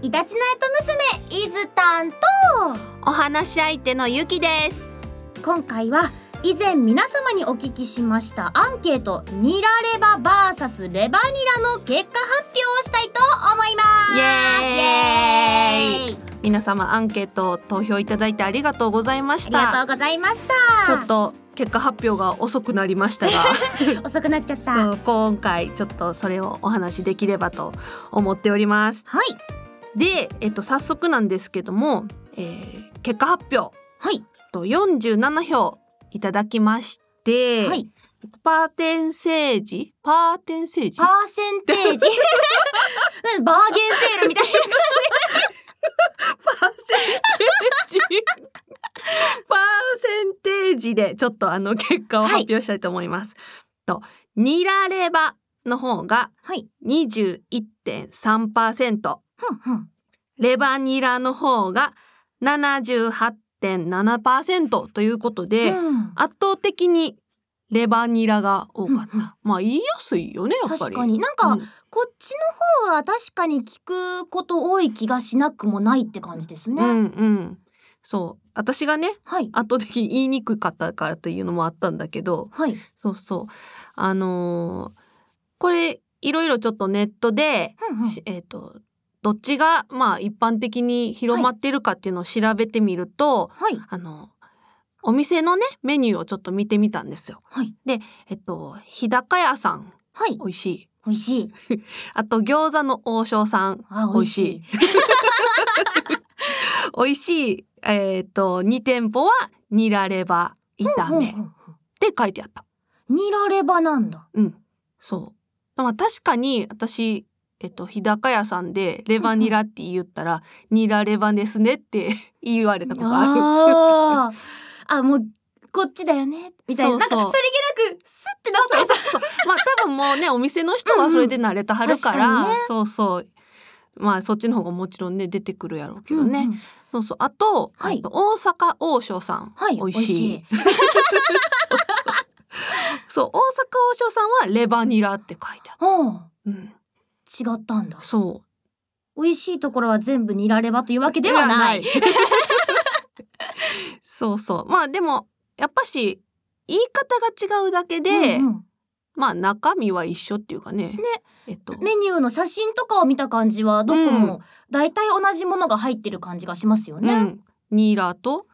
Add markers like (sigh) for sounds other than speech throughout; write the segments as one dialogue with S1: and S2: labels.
S1: イタチナイト娘イズタンと
S2: お話し相手のゆきです
S1: 今回は以前皆様にお聞きしましたアンケートニラレバ VS レバニラの結果発表をしたいと思います
S2: イ
S1: イエー
S2: エーイ
S1: イ
S2: 皆様アンケート投票いただいてありがとうございまし
S1: ありがと
S2: た
S1: うございました
S2: ちょっと結果発表が遅くなりましたが
S1: 遅くなっちゃった
S2: そう今回ちょっとそれをお話しできればと思っております
S1: はい
S2: で、えっと、早速なんですけども、えー結果発
S1: は
S2: 表
S1: い
S2: と47票いただきまして、
S1: はい
S2: パーテンセージパーテンセージ
S1: パーセンテー
S2: (laughs)
S1: ジうんバーゲンセールみたいな
S2: パーセンテージパーセンテージでちょっとあの結果を発表したいと思います。とニラレバの方が
S1: はい
S2: 21.3%
S1: ふんふん
S2: レバニラの方が78.7%ということで、
S1: うん
S2: 圧倒的にレバニラが多かっ
S1: う
S2: た。
S1: んうん
S2: まあ言いやすいよねやっぱり。
S1: 確かになんか、
S2: うん
S1: こっちの方が確かに聞くこと多い気がしなくもないって感じですね。
S2: うんうん。そう私がね
S1: はい。
S2: 圧倒的に言いにくかったからというのもあったんだけど
S1: はい。
S2: そうそうあのーこれいろいろちょっとネットで、
S1: うんうん
S2: しえっ、とどっちがまあ一般的に広まってるかっていうのを調べてみると、
S1: はい。
S2: あのお店のねメニューをちょっと見てみたんですよ。
S1: はい。
S2: えっと日高屋さん
S1: はい
S2: 美。味しい
S1: 美味しい。
S2: あと餃子の王将さん
S1: あ、
S2: 美味しい。美味しいえっ、と2店舗はニラレバ炒めっ
S1: うんうんうん
S2: て書いてあった。
S1: ニラレバなんだ。
S2: うん、そう。まあ確かに私、えっと、日高屋さんでレバニラって言ったら、ニラレバですねって (laughs) 言われたことあ
S1: あ (laughs) あ。あ、もう、こっちだよね。みたいな。
S2: そうそう
S1: なんか、それげなく、スッて出
S2: る。そう
S1: さ
S2: そうそう。まあ多分もうね、お店の人はそれで慣れてはるから、
S1: うんうん確かにね
S2: そうそう。まあそっちの方がもちろんね、出てくるやろうけどね。
S1: うんうん
S2: そうそう。あと、
S1: はい
S2: あと大阪王将さん。
S1: はい。
S2: 美味しい
S1: 美。
S2: そう、大阪王将さんはレバニラって書いてあ
S1: う
S2: る。
S1: ん。
S2: うん。
S1: 違ったんだ。
S2: そう。
S1: 美味しいところは全部ニラレバというわけではない。
S2: ではない (laughs) そうそう。まあでも、やっぱし、言い方が違うだけで、
S1: うんうん
S2: まあ中身は一緒っていうかね。えっと、
S1: メニューの写真とかを見た感じはどこもだいたい同じものが入ってる感じがしますよ
S2: う
S1: ね。
S2: ん。ニラと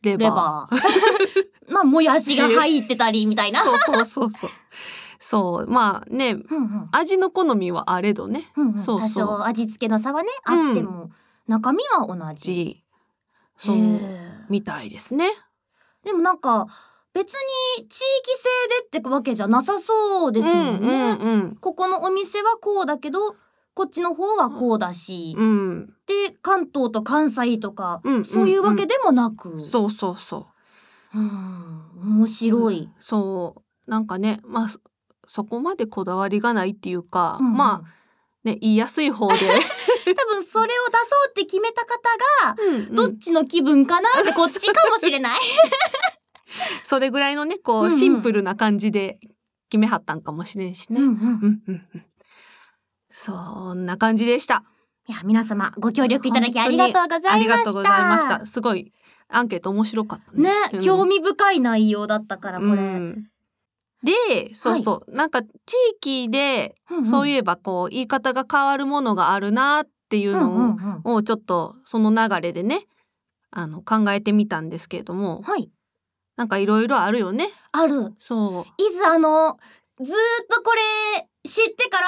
S2: レバー。
S1: レバー。 (laughs) まあもやしが入ってたりみたいな。
S2: そうそうそうそう。そう。まあね、
S1: うんうん
S2: 味の好みはあれどね。
S1: うんうん
S2: そうそう
S1: 多少味付けの差はねあ
S2: うん
S1: っても中身は同じ。
S2: じそう
S1: へ
S2: う。
S1: ー
S2: みたいですね。
S1: でもなんか別に地域性でってわけじゃなさそうですもんね。
S2: うんうん
S1: ここのお店はこうだけどこっちの方はこうだし、
S2: うん。うん。
S1: で関東と関西とか、
S2: うんうん
S1: そういうわけでもなく。
S2: そうそうそ
S1: う
S2: う。
S1: ん面白い。
S2: そうなんかねまあそそこまでこだわりがないっていうか、
S1: うんうん
S2: まあね言いやすい方で、
S1: (laughs) 多分それを出そうって決めた方が、
S2: ど
S1: どっちの気分かなってこっ (laughs) ちかもしれない。
S2: それぐらいのねこう、
S1: うんうん
S2: シンプルな感じで決めはったんかもしれんしね。
S1: うんうん
S2: (laughs) うんうんうんそんな感じでした。
S1: いや皆様ご協力いただきありがとうござ
S2: あ
S1: い
S2: りが
S1: ま
S2: とうご
S1: し。
S2: ざいましたた。すごいアンケート面白かった
S1: ね
S2: ね。うん
S1: 興味深い内容だったからこれ、
S2: うんでそうそう、なんか地域で、そうい
S1: いう
S2: えばこう言い方が変わるものがあるなっていううんのを、
S1: うんうん
S2: をちょっとその流れでねあの考えてみたんですけれども
S1: はい
S2: なんかいろいろあるよね
S1: ある
S2: そ
S1: いずあのずーっとこれ知ってから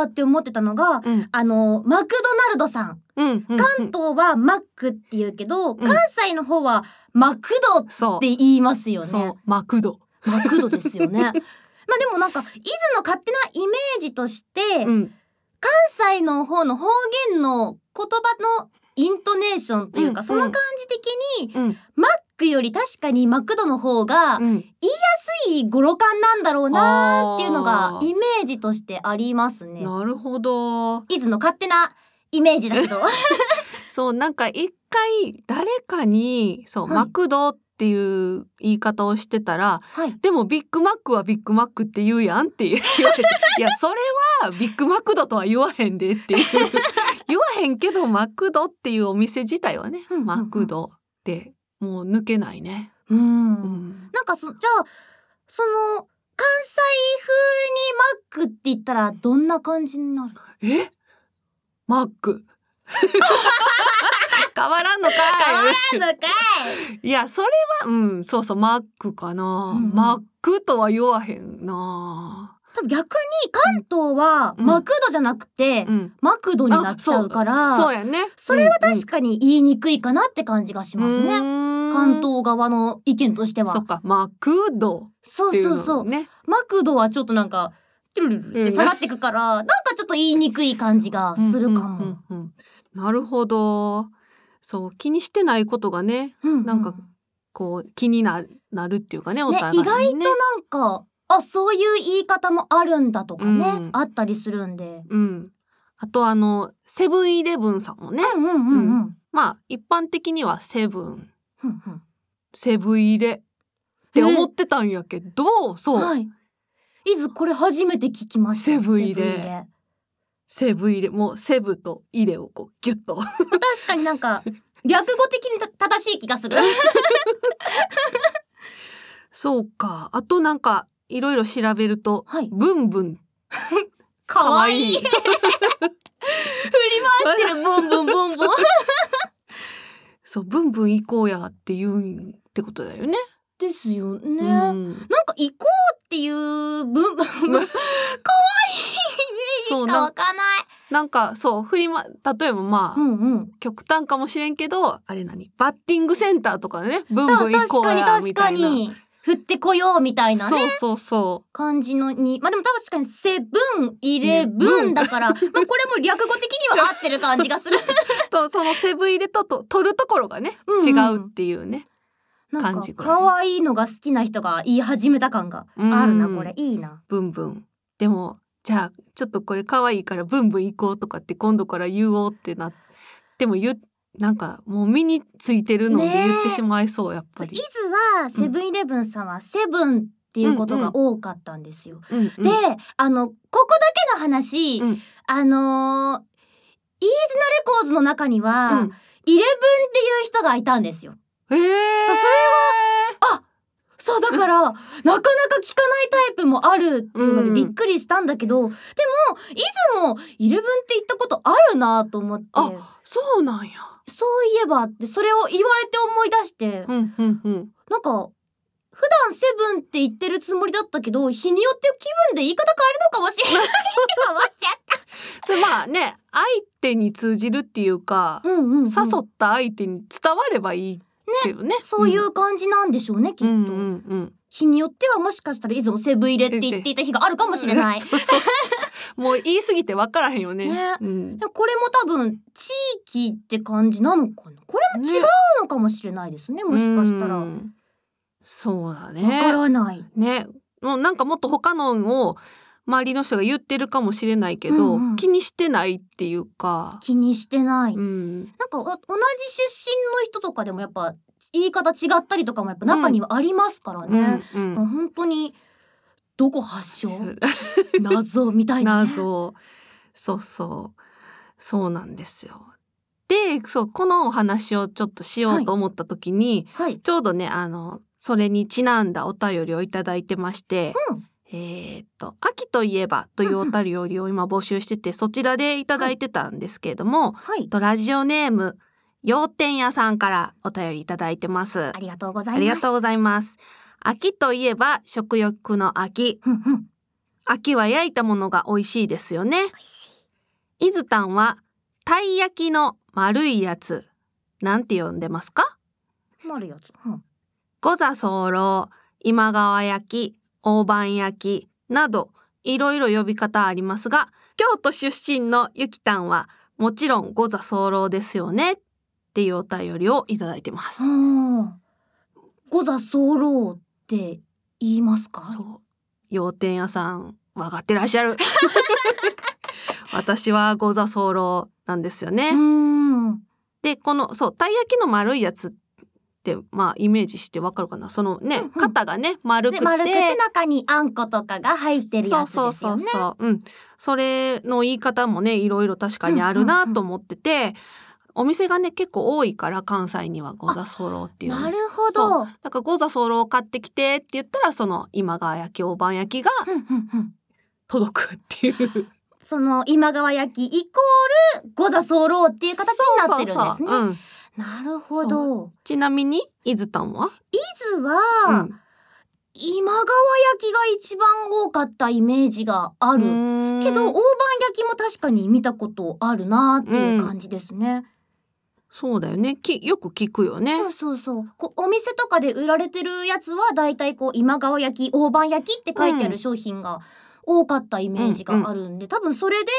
S1: あーって思ってたのが
S2: う、うん、
S1: あのマクドナルドさん
S2: うんうんうん
S1: 関東はマックって言うけど、
S2: ん
S1: 関西の方はマクドっ
S2: そう
S1: て言いますよね。
S2: そうマクド、
S1: マクドですよ
S2: (laughs)
S1: ね。まあでもなんか伊豆の勝手なイメージとして、
S2: うん、
S1: 関西の方の方言の言葉のイントネーションというか、
S2: うん
S1: その感じ的に
S2: うん
S1: マックより確かにマクドの方が
S2: うん
S1: つい語呂感なんだろうな
S2: あー
S1: っていうのがイメージとしてありますね。
S2: なるほど
S1: 伊豆の勝手なイメージだけ
S2: (laughs)
S1: ど。
S2: そうなんか一回誰かにそう、
S1: はい
S2: マクドっていう言い方をしてたら
S1: はい。
S2: でもビッグマックはビッグマックって言うやん (laughs) って言われていやそれはビッグマクドとは言わへんでっていう言わへんけどマクドっていうお店自体はね、
S1: うんうんうん
S2: マクドってもう抜けないね。
S1: (laughs) うん
S2: う。ん
S1: なんかそ、じゃあ、その、関西風にマックって言ったらどんな感じにな
S2: (laughs)
S1: る
S2: えマック変わらんのかい
S1: 変わらんのかい
S2: いやそれはうんそうそうマックかな、
S1: うんうん
S2: マックとは言わへんな、
S1: 多分逆に関東は
S2: うん
S1: マクドじゃなくて、
S2: うん、
S1: マクドになっちゃうから、
S2: そうやね
S1: それは確かに言いにくいかなって感じがしますね。関東側の意見として
S2: はそっ
S1: は。
S2: かマクド
S1: そ
S2: っ
S1: う
S2: ていう
S1: そ
S2: の
S1: うそう。
S2: ね
S1: マクドはちょっとなんか、ピュルルルって下がっていくから、なんかちょっと言いにくい感じがするかも。
S2: うんうんうんうんなるほどそう気にしてないことがね
S1: うう
S2: なんかこう気にななるっていうかねお
S1: ね
S2: 互い
S1: 意
S2: にね
S1: 外となんかあそういう言い方もあるんだとかね、
S2: うん
S1: あったりするんで。
S2: うん、あとあのセブンイレブンさんもね、
S1: うんうんうんうん。うん
S2: まあ一般的にはセブン
S1: うん
S2: セブン入れって思ってたんやけど、そう、
S1: はい。いずこれ初めて聞きましたよ。
S2: セブン入れ
S1: セブン入
S2: セブン入れもうセブと入れをこうギュッ
S1: (laughs)
S2: と
S1: れ確かになん
S2: (laughs)
S1: か略語的にた正しい気がする。
S2: そうかあとなんかいろいろ調べると
S1: はい。
S2: ブンブン
S1: か
S2: か
S1: わ
S2: わ
S1: い
S2: い
S1: い。
S2: い
S1: 振
S2: (laughs)
S1: り回してるボンボンボンボン。
S2: (laughs) そうブンブン行こうやって言うんってことだよね。
S1: ですよね。
S2: う
S1: なん
S2: ん
S1: か行こうっていう文
S2: (laughs)
S1: かわいいイメージ
S2: そう
S1: し
S2: な
S1: か
S2: ん
S1: わかんない。
S2: なんかそう振りま例えばまあ、
S1: んうん。
S2: 極端かもしれんけどあれ何バッティングセンターとかねブンブン行
S1: 確
S2: こう
S1: かに
S2: や
S1: 確
S2: み
S1: か
S2: たいな。
S1: に振ってこようみたいなね
S2: そうそうそ
S1: 感じのにまあでも確かにセブンイレブンだから、まあこれも略語的には合ってる感じが
S2: (laughs)
S1: する
S2: うとそのセブン入れとと取るところがね
S1: うん
S2: 違
S1: うん
S2: うっていうね、
S1: な
S2: 感
S1: ん
S2: じ
S1: か
S2: がね
S1: 可愛いのが好きな人が言い始めた感があるな
S2: うん
S1: これいいな
S2: ブンブンでもじゃあちょっとこれ可愛いからブンブン行こうとかって今度から言おうってなっても言うなんかもう身についてるので
S1: ねえ
S2: 言ってしまいそうやっ
S1: そう
S2: ぱ
S1: 伊
S2: り。
S1: 豆はセブンイレブンさんはセブンっていうことが多かったんですよ、
S2: うんうん
S1: であのここだけの話、
S2: うん
S1: あのーイーズナレコーズの中には、
S2: うん
S1: イレブンっていう人がいたんですよ
S2: えー、
S1: そうだからなかなか聞かないタイプもあるっていうのでびっくりしたんだけど、でもいつも「イレブン」って言ったことあるなと思って
S2: あそうなんや。
S1: そういえばってそれを言われて思い出して、
S2: うんうんうん。
S1: なんか普段セブンって言ってるつもりだったけど日によって気分で言い方変えるのかもしれないって思っちゃっ
S2: それまあね相手に通じるって (laughs) いうか、
S1: た、うんうんうん
S2: 誘った相手に伝わればいいけどね。
S1: そういう感じなんでしょうね、きっ
S2: う
S1: と、
S2: んうんうん
S1: 日によってはもしかしたらいつもセブン入れって言っていた日があるかもしれない。
S2: そうそうもう言い過ぎて分からへんよね。
S1: ね
S2: うん
S1: でもこれも多分地域って感じなのかなこれも違うのかもしれないですねもしかしたら
S2: う
S1: わ
S2: んそうだ
S1: か
S2: ね。
S1: らない
S2: ねもうなんかもっと他のを周りの人が言ってるかもしれないけど、
S1: うんうん
S2: 気にしてないっていうか。
S1: 気にしてない、
S2: うん、
S1: なんかお同じ出身の人とかでもやっぱ言い方違ったりとかもやっぱ中にはありますからね、
S2: う
S1: だ
S2: ん
S1: から本当にどこ発祥謎みたいなね、
S2: (laughs) 謎そうそうそうなんですよ。でそうこのお話をちょっとしようと思った時に、
S1: はい
S2: ちょうどねあのそれにちなんだお便りをいただいてまして、
S1: うん
S2: えーっと「秋といえば」というお便りを今募集してて、そちらでいただいてたんですけれども、
S1: はい
S2: とラジオネーム洋天屋さんからお便りいただいてます
S1: あ。りがとうござい
S2: あ
S1: ます
S2: りがとうご
S1: い
S2: ざいます。秋といえば食欲の秋。
S1: ますうんうん
S2: 秋は焼いたものが美味しいですよね。
S1: 美味しい
S2: 伊豆タンはたい焼きの丸いやつなんて呼んでますか
S1: なるやつ、うん
S2: 五座候今川焼き大判焼きなどいろいろ呼び方ありますが京都出身のゆきたんはもちろん五座候ですよねっていうお便りをいただいてます。
S1: ああ、五座候って言いますか。 (laughs)
S2: そう洋店屋さん分かってらっしゃる私は五座候なんですよね。
S1: うーん。
S2: でこのそうたい焼きの丸いやつってってまあイメージしてわかるかなそのね、
S1: うんうん
S2: 肩がね丸く
S1: で
S2: て
S1: 丸くて中にあんことかが入ってるやつですよね
S2: そうそうそうそううんそれの言い方もねいろいろ確かにある
S1: うんうんう
S2: なんと思ってて、お店がね結構多いから関西にはゴザソロっていうお
S1: な
S2: 店
S1: るほ
S2: そう
S1: どう
S2: なんかゴザソロを買ってきてって言ったらその今川焼き大判焼きが
S1: んうんうん
S2: 届くっていう
S1: その今川焼きイコールゴザ候っていう形になってるんですね
S2: そうそうそううん
S1: なるほど
S2: ちなみに伊豆タンは、
S1: 伊豆は、
S2: うん
S1: 今川焼きが一番多かったイメージがある、
S2: うーん
S1: けど大判焼きも確かに見たことあるなっていう感じですね、
S2: そうだよねきよく聞くよね
S1: そうそうそうこうお店とかで売られてるやつはだいたいこう今川焼き大判焼きって書いてあ
S2: う
S1: る
S2: ん
S1: 商品が多かったイメージがあるんで、多分それで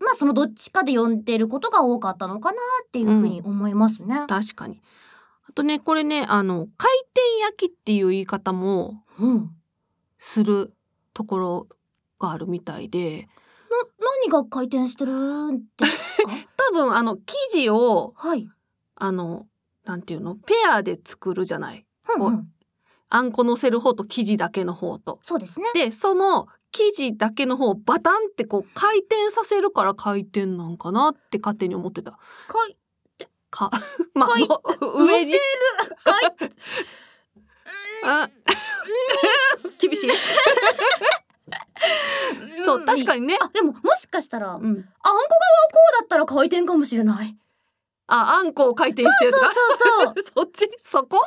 S1: まあそのどっちかで呼んでることが多かったのかなっていうふうに思いますね。
S2: 確かにあとねこれねあの回転焼きっていう言い方も
S1: うん、
S2: するところがあるみたいで
S1: 何が回転してるんですか
S2: 多分あの生地を
S1: はい。
S2: あのなんていうのペアで作るじゃない
S1: うんうん、
S2: あんこ乗せる方と生地だけの方と。
S1: そうですね。
S2: でその生地だけの方をバタンってこう回転させるから回転なんかなって勝手に思ってた。
S1: かい
S2: かま
S1: 回
S2: あもう上に
S1: 乗せる。かい
S2: (laughs) あ (laughs) 厳しい。そう確か
S1: に。
S2: にね。
S1: (laughs) あでももしかしたら、あんこ
S2: うん、
S1: 側はこうだったら回転かもしれない。
S2: ああんこを回転して
S1: そう
S2: るとか。
S1: そう
S2: (laughs)
S1: そう。
S2: そっちそこ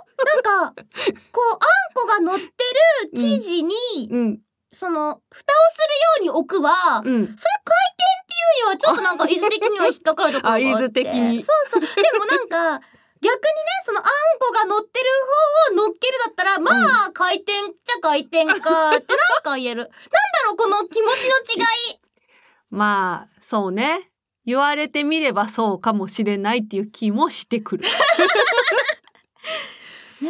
S1: なんかこうあんこが乗ってる生地に、
S2: うん
S1: その蓋をするように置く
S2: (laughs)
S1: は、
S2: うん
S1: それ回転っていうよりはちょっとなんか伊豆的には引っかかるところがあって。
S2: あ伊豆的に
S1: そうそう。でもなんか。逆にねそのあんこが乗ってる方を乗っけるだったらまあ、回転っちゃ回転かってなんか言える (laughs) なんだろうこの気持ちの違い
S2: まあそうね言われてみればそうかもしれないっていう気もし
S1: (laughs)
S2: てくる (laughs)
S1: ね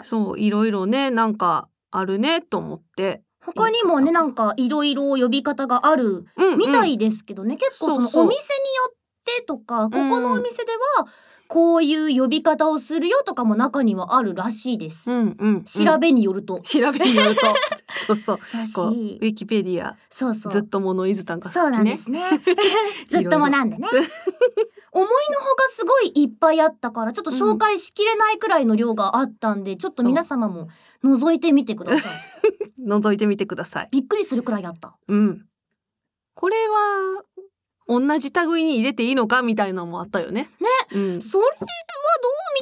S1: え
S2: そういろいろねなんかあるねと思って、
S1: 他にもねなんかいろいろ呼び方がある
S2: うんうん
S1: みたいですけどね、結構その
S2: そうそう
S1: お店によってとかここのお店ではこういう呼び方をするよとかも中にはあるらしいです、
S2: うんうんうん
S1: 調べによると、
S2: 調べによると
S1: (laughs)
S2: そうそう
S1: ら
S2: こうウ
S1: しい
S2: ィキペディア
S1: そうそう
S2: ずっともの伊豆たんが
S1: そうなんです
S2: (laughs)
S1: ねずっともなんでね思いのほかすごいいっぱいあったからちょっと紹介しきれないくらいの量があったんで、ちょっと皆様も覗いてみてください
S2: 覗いてみてください
S1: びっくりするくらいあった
S2: うんこれは同じ類に入れていいのかみたいなのもあったよね
S1: ね
S2: うん
S1: それはどう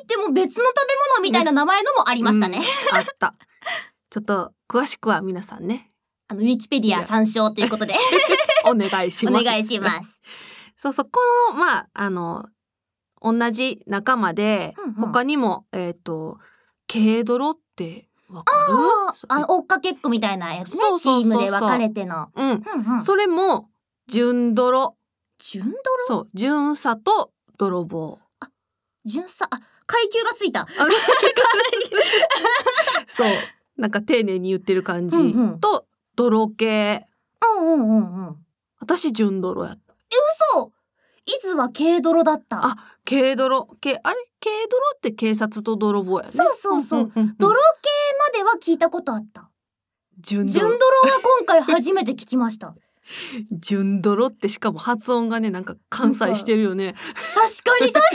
S1: 見ても別の食べ物みたいな名前のもありましたね。
S2: あったちょっと詳しくは皆さ
S1: (laughs)
S2: んね
S1: あのウィキペディア参照ということで
S2: お願いし
S1: お
S2: ます
S1: 願いします。
S2: そうそうこのまああの同じ仲間で、
S1: うんうん
S2: 他にもえっ、と軽泥ってわかる
S1: あー
S2: そ
S1: あの追っかけっこみたいなやつね
S2: そうそうそ
S1: チ
S2: うそう
S1: ームで分かれての。
S2: う
S1: う
S2: ん、
S1: んうん。
S2: それも純泥
S1: 純泥
S2: そう純さと泥棒
S1: 純さあ階級がついた。
S2: あ (laughs) そうなんか丁寧に言ってる感じ、
S1: うんうん
S2: と泥系
S1: うんうんうんうん。
S2: 私純泥やった
S1: そう。伊豆は軽泥だった。
S2: あ軽泥軽あれ軽泥って警察と泥棒やね
S1: そうそうそう。
S2: んんんん
S1: 泥系までは聞いたことあった。
S2: 純
S1: 純
S2: 泥
S1: 泥は今回初めて聞きました。
S2: 純泥ってしかも発音がねなんか関西してるよね
S1: 確かに確か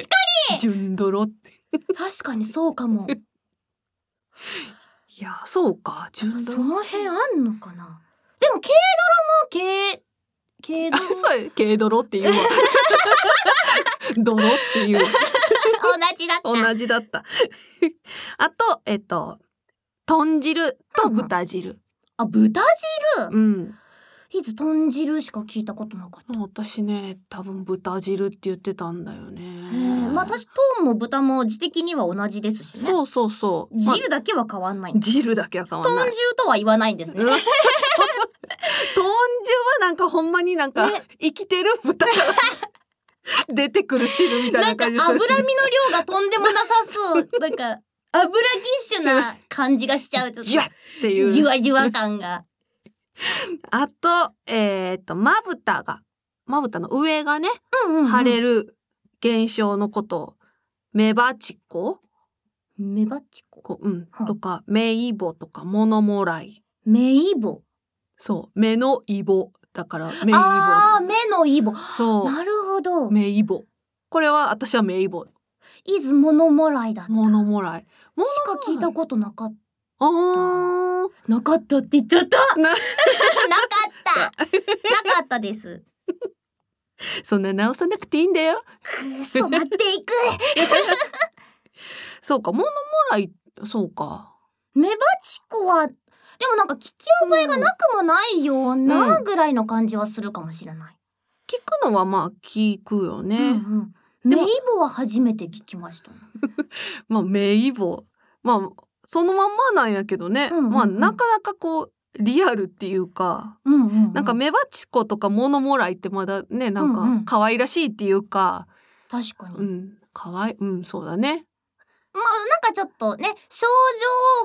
S2: 純泥って
S1: に (laughs) 確かにそうか (laughs) も。
S2: いやそうか純
S1: そ
S2: 泥
S1: の辺あんのかなでも軽泥も軽軽
S2: あ
S1: (laughs) 泥
S2: そうや軽泥っていうわ (laughs) 泥っていう
S1: 同じだった
S2: 同じだった (laughs) あとえっと豚汁と豚汁
S1: あ豚
S2: うん、
S1: 汁いつ豚汁しか聞いたことなかった、
S2: 私ね多分豚汁って言ってたんだよ
S1: へ
S2: ね
S1: えまあ私豚も豚も字的には同じですしね
S2: そうそうそうまあ
S1: 汁だけは変わんない、
S2: 汁だけは変わん
S1: 豚
S2: ない
S1: 汁とは言わないんです
S2: うん
S1: ね
S2: 豚汁はなんかほんまになんか
S1: ね
S2: 生きてる豚が (laughs) 出てくる汁みた
S1: な
S2: いなん
S1: か
S2: 感
S1: 脂
S2: じ
S1: 身
S2: する
S1: の量がとんでもなさそう
S2: (laughs)
S1: なんか油ぎっしゅな感じがしちゃうちょっと
S2: ジュワっていう
S1: じわじわ感が
S2: あと、えっ、と、まぶたが、まぶたの上がね、腫れ
S1: る
S2: る現象のことを、メバチコ
S1: メバチコ。
S2: こううん
S1: はあ
S2: とか目イボとか物もらい
S1: 目イボ。
S2: そう目のイボだから目イ
S1: ああ、
S2: ボ
S1: 目のイボ。
S2: そ
S1: なるほど
S2: う。目イボこれは私は目イボ
S1: いずものもらいだった。し
S2: 物もらい物
S1: か聞いたことなかっ
S2: あー
S1: た。なかったって言っちゃった。
S2: な
S1: (laughs) なかった。なかった
S2: (laughs)
S1: です。
S2: そんな直さなくていいんだよ
S1: くそ、待っていく。
S2: そうか物もらいそうか
S1: メバチコは、でもなんか聞き覚えがなくもないようなぐらいの感じはするかもしれない。
S2: 聞くのはまあ聞くよね、
S1: うんうんメ
S2: で
S1: イ
S2: も
S1: ボは初めて聞きましたね。
S2: まあ名イボまあそのまんまなんやけどね、
S1: うんうんうん
S2: まあなかなかこうリアルっていうか
S1: うんうん、
S2: なんか
S1: 確
S2: メバチコとかモノモライってまだねなん
S1: うんうん
S2: か可愛らしいっていうか
S1: かに。
S2: うん、可愛いうんそうだね
S1: まあなんかちょっとね症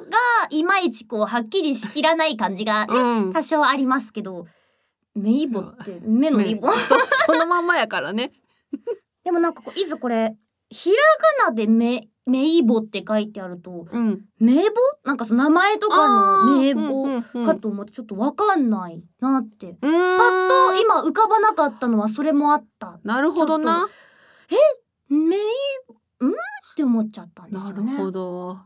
S1: 状がいまいちこうはっきりしきらない感じがね、
S2: うん
S1: 多少ありますけど目イボって目のイボ
S2: そそのまんまやからね
S1: でもなんかこういずこれひらがなで目目イボって書いてあると
S2: うん
S1: 名簿なんかその名前とかの名簿
S2: うんうんうん
S1: かと思ってちょっとわかんないなって。
S2: うーん
S1: パッと今浮かばなかったのはそれもあった。
S2: なるほどな
S1: メイんって思っちゃったんです
S2: な
S1: よ
S2: る
S1: ね。
S2: ほど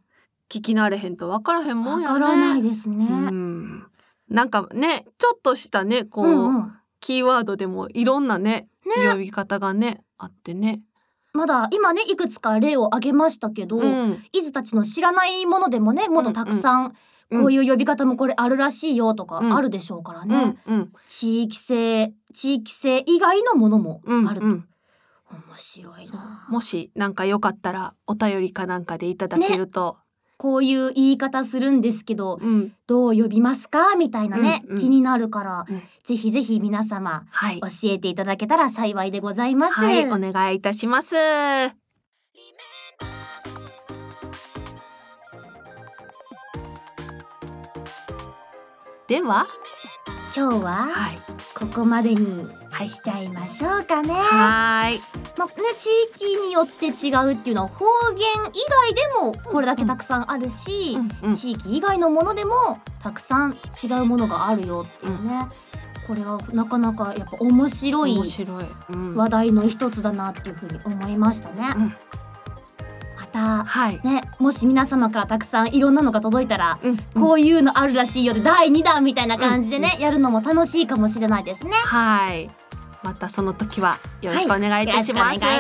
S2: 聞き慣れへんと分からへんも
S1: わ
S2: んやね
S1: からないですね。
S2: うんなんかねちょっとしたねこう、
S1: うんうん
S2: キーワードでもいろんなね呼び方がねあってね。
S1: まだ今ねいくつか例を挙げましたけど、
S2: うん
S1: 伊豆たちの知らないものでもねもっとたくさん、
S2: うん
S1: こういう呼び方もこれあるらしいよとか
S2: うん
S1: あるでしょうから
S2: う
S1: ね、
S2: んうん
S1: 地域性地域性以外のものも
S2: うん
S1: あると、
S2: うん
S1: 面白い
S2: そう
S1: な
S2: もしなんかよかったらお便りかなんかでいただけると、
S1: こういう言い方するんですけど
S2: うん
S1: どう呼びますかみたいなね、
S2: うんうん
S1: 気になるから、
S2: うん
S1: ぜひぜひ皆様
S2: はい
S1: 教えていただけたら幸いでございます。
S2: はいお願いいたします。では
S1: 今日は
S2: はい
S1: ここまでに
S2: はい
S1: しちゃいましょうかね。
S2: はーい
S1: まあね、地域によって違うっていうのは方言以外でもこれだけたくさんあるし、
S2: うんうん
S1: 地域以外のものでもたくさん違うものがあるよっていうね、これはなかなかやっぱ面白い
S2: 面白い、うん
S1: 話題の一つだなっていうふうに思いましたね。
S2: うん
S1: また
S2: はい
S1: ね、もし皆様からたくさんいろんなのが届いたら、
S2: うん
S1: こういうのあるらしいよで第2弾みたいな感じでね、やるのも楽しいかもしれないですね。
S2: はいまたその時はよろしくお願いいたし
S1: よ
S2: ます、
S1: ろしくお願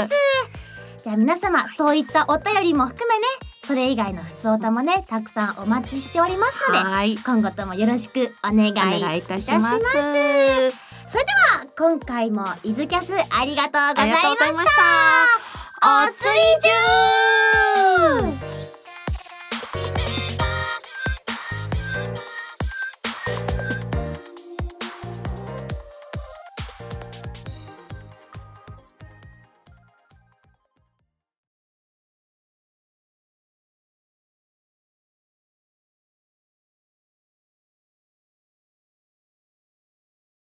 S1: いいたしますじゃあ皆様そういったお便りも含めねそれ以外の普通歌もねたくさんお待ちしておりますので
S2: はい
S1: 今後ともよろしくお願い
S2: お願いいたします
S1: いたしますそれでは今回もイズキャスありがとうご
S2: あ
S1: ざい
S2: り
S1: ま
S2: がとうご
S1: し
S2: ざい
S1: た
S2: ました
S1: おついじゅー